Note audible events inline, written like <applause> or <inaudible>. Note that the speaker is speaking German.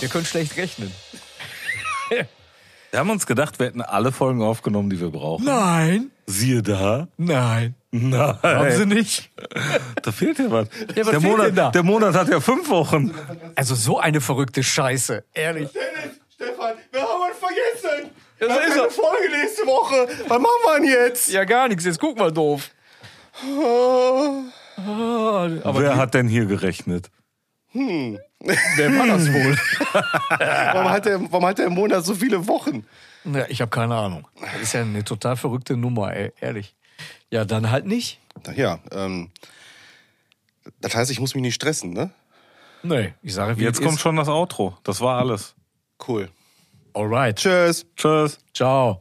Ihr könnt schlecht rechnen. Wir haben uns gedacht, wir hätten alle Folgen aufgenommen, die wir brauchen. Nein, Siehe da. nein. Nein. Haben sie nicht. Da fehlt ja was. was der, fehlt denn Monat, da? der Monat hat ja fünf Wochen. Also so eine verrückte Scheiße. Ehrlich. Dennis, Stefan, wir haben was vergessen. Ja, Wir so haben ist keine er. Folge nächste Woche. Was machen wir denn jetzt? Ja, gar nichts. Jetzt guck mal doof. Oh, Ah, Aber Wer hat denn hier gerechnet? wer war das <laughs> wohl? warum, hat der, warum hat der im Monat so viele Wochen? Ja, ich habe keine Ahnung. Das ist ja eine total verrückte Nummer, ey. ehrlich. Ja, dann halt nicht. Naja, ähm, das heißt, ich muss mich nicht stressen, ne? Nee, ich sage, wie Jetzt es kommt ist. schon das Outro. Das war alles. Cool. Alright. Tschüss. Tschüss. Ciao.